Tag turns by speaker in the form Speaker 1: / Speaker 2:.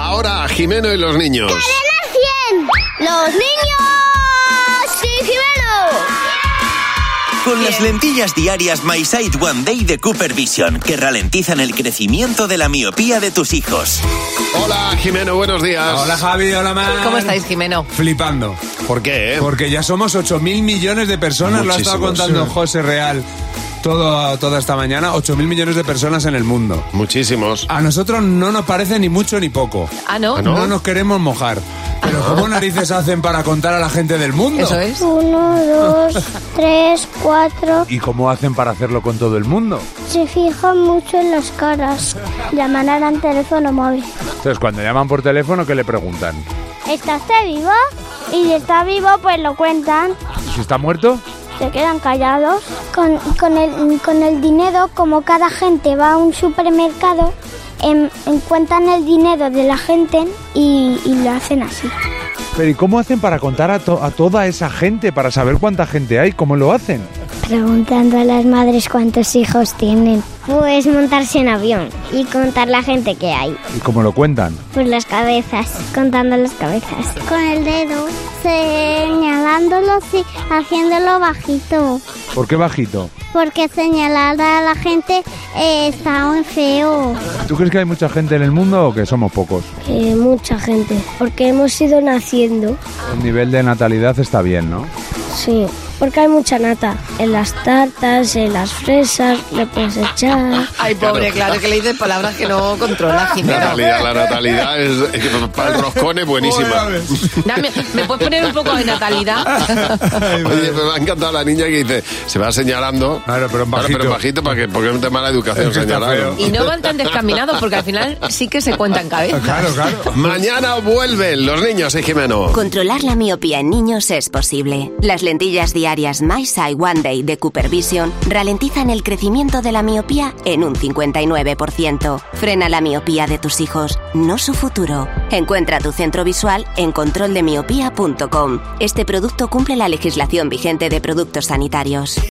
Speaker 1: Ahora a Jimeno y los niños.
Speaker 2: ¡Cadena 100! ¡Los niños! ¡Sí,
Speaker 3: Con las lentillas diarias My Sight One Day de Cooper Vision, que ralentizan el crecimiento de la miopía de tus hijos.
Speaker 1: Hola Jimeno, buenos días.
Speaker 4: Hola Javi, hola Mar.
Speaker 5: ¿Cómo estáis, Jimeno?
Speaker 4: Flipando.
Speaker 1: ¿Por qué? eh?
Speaker 4: Porque ya somos 8 mil millones de personas, lo ha estado
Speaker 1: Muchísimos.
Speaker 4: contando José Real todo, toda esta mañana, 8 mil millones de personas en el mundo.
Speaker 1: Muchísimos.
Speaker 4: A nosotros no nos parece ni mucho ni poco.
Speaker 5: Ah, ¿no? Ah.
Speaker 1: Ah,
Speaker 4: No, nos queremos mojar. Pero ¿cómo narices hacen para contar a la gente del mundo?
Speaker 5: Eso es.
Speaker 2: 1, 2, 3, 4.
Speaker 4: ¿Y cómo hacen para hacerlo con todo el mundo?
Speaker 2: Se fijan mucho en las caras. Llaman al teléfono móvil.
Speaker 4: Entonces, cuando llaman por teléfono, ¿qué le preguntan?
Speaker 2: ¿Estás vivo? Y si está vivo, pues lo cuentan.
Speaker 4: ¿Si está muerto?
Speaker 2: Se quedan callados. Con, con el, con el dinero, como cada gente va a un supermercado, em, em, cuentan el dinero de la gente y, y lo hacen así.
Speaker 4: Pero ¿y cómo hacen para contar a, to- a toda esa gente, para saber cuánta gente hay? ¿Cómo lo hacen?
Speaker 2: Preguntando a las madres cuántos hijos tienen. Pues montarse en avión y contar la gente que hay.
Speaker 4: ¿Y cómo lo cuentan?
Speaker 2: Pues las cabezas, contando las cabezas. Con el dedo, señalándolo, sí, haciéndolo bajito.
Speaker 4: ¿Por qué bajito?
Speaker 2: Porque señalar a la gente está muy feo.
Speaker 4: ¿Tú crees que hay mucha gente en el mundo o que somos pocos?
Speaker 2: mucha gente, porque hemos ido naciendo.
Speaker 4: El nivel de natalidad está bien, ¿no?
Speaker 2: Sí, porque hay mucha nata. En las tartas, en las fresas, le puedes echar.
Speaker 5: Ay, pobre, claro, Ah, que le dices palabras que no controla, Jimeno.
Speaker 1: Natalidad, la natalidad es, es que para el roscón es buenísima.
Speaker 5: Dame, ¿Me puedes poner un poco de natalidad?
Speaker 1: Oye, me ha encantado la niña que dice, se va señalando.
Speaker 4: Claro, pero en bajito.
Speaker 1: pero en bajito para que, porque es un tema de la educación
Speaker 4: Es que está
Speaker 1: señalar.
Speaker 4: feo.
Speaker 5: Y no van tan descaminados porque al final sí que se cuentan cabezas.
Speaker 4: Claro, claro.
Speaker 1: Mañana vuelven los niños, ¿eh, Jimeno?
Speaker 6: Controlar la miopía en niños es posible. Las lentillas diarias My Sight One Day de Cooper Vision ralentizan el crecimiento de la miopía en un 59%. Frena la miopía de tus hijos, no su futuro. Encuentra tu centro visual en controldemiopía.com. Este producto cumple la legislación vigente de productos sanitarios.